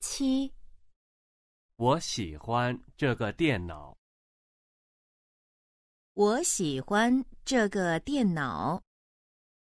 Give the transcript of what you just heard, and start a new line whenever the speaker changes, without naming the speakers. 七，
我喜欢这个电脑。
我喜欢这个电脑。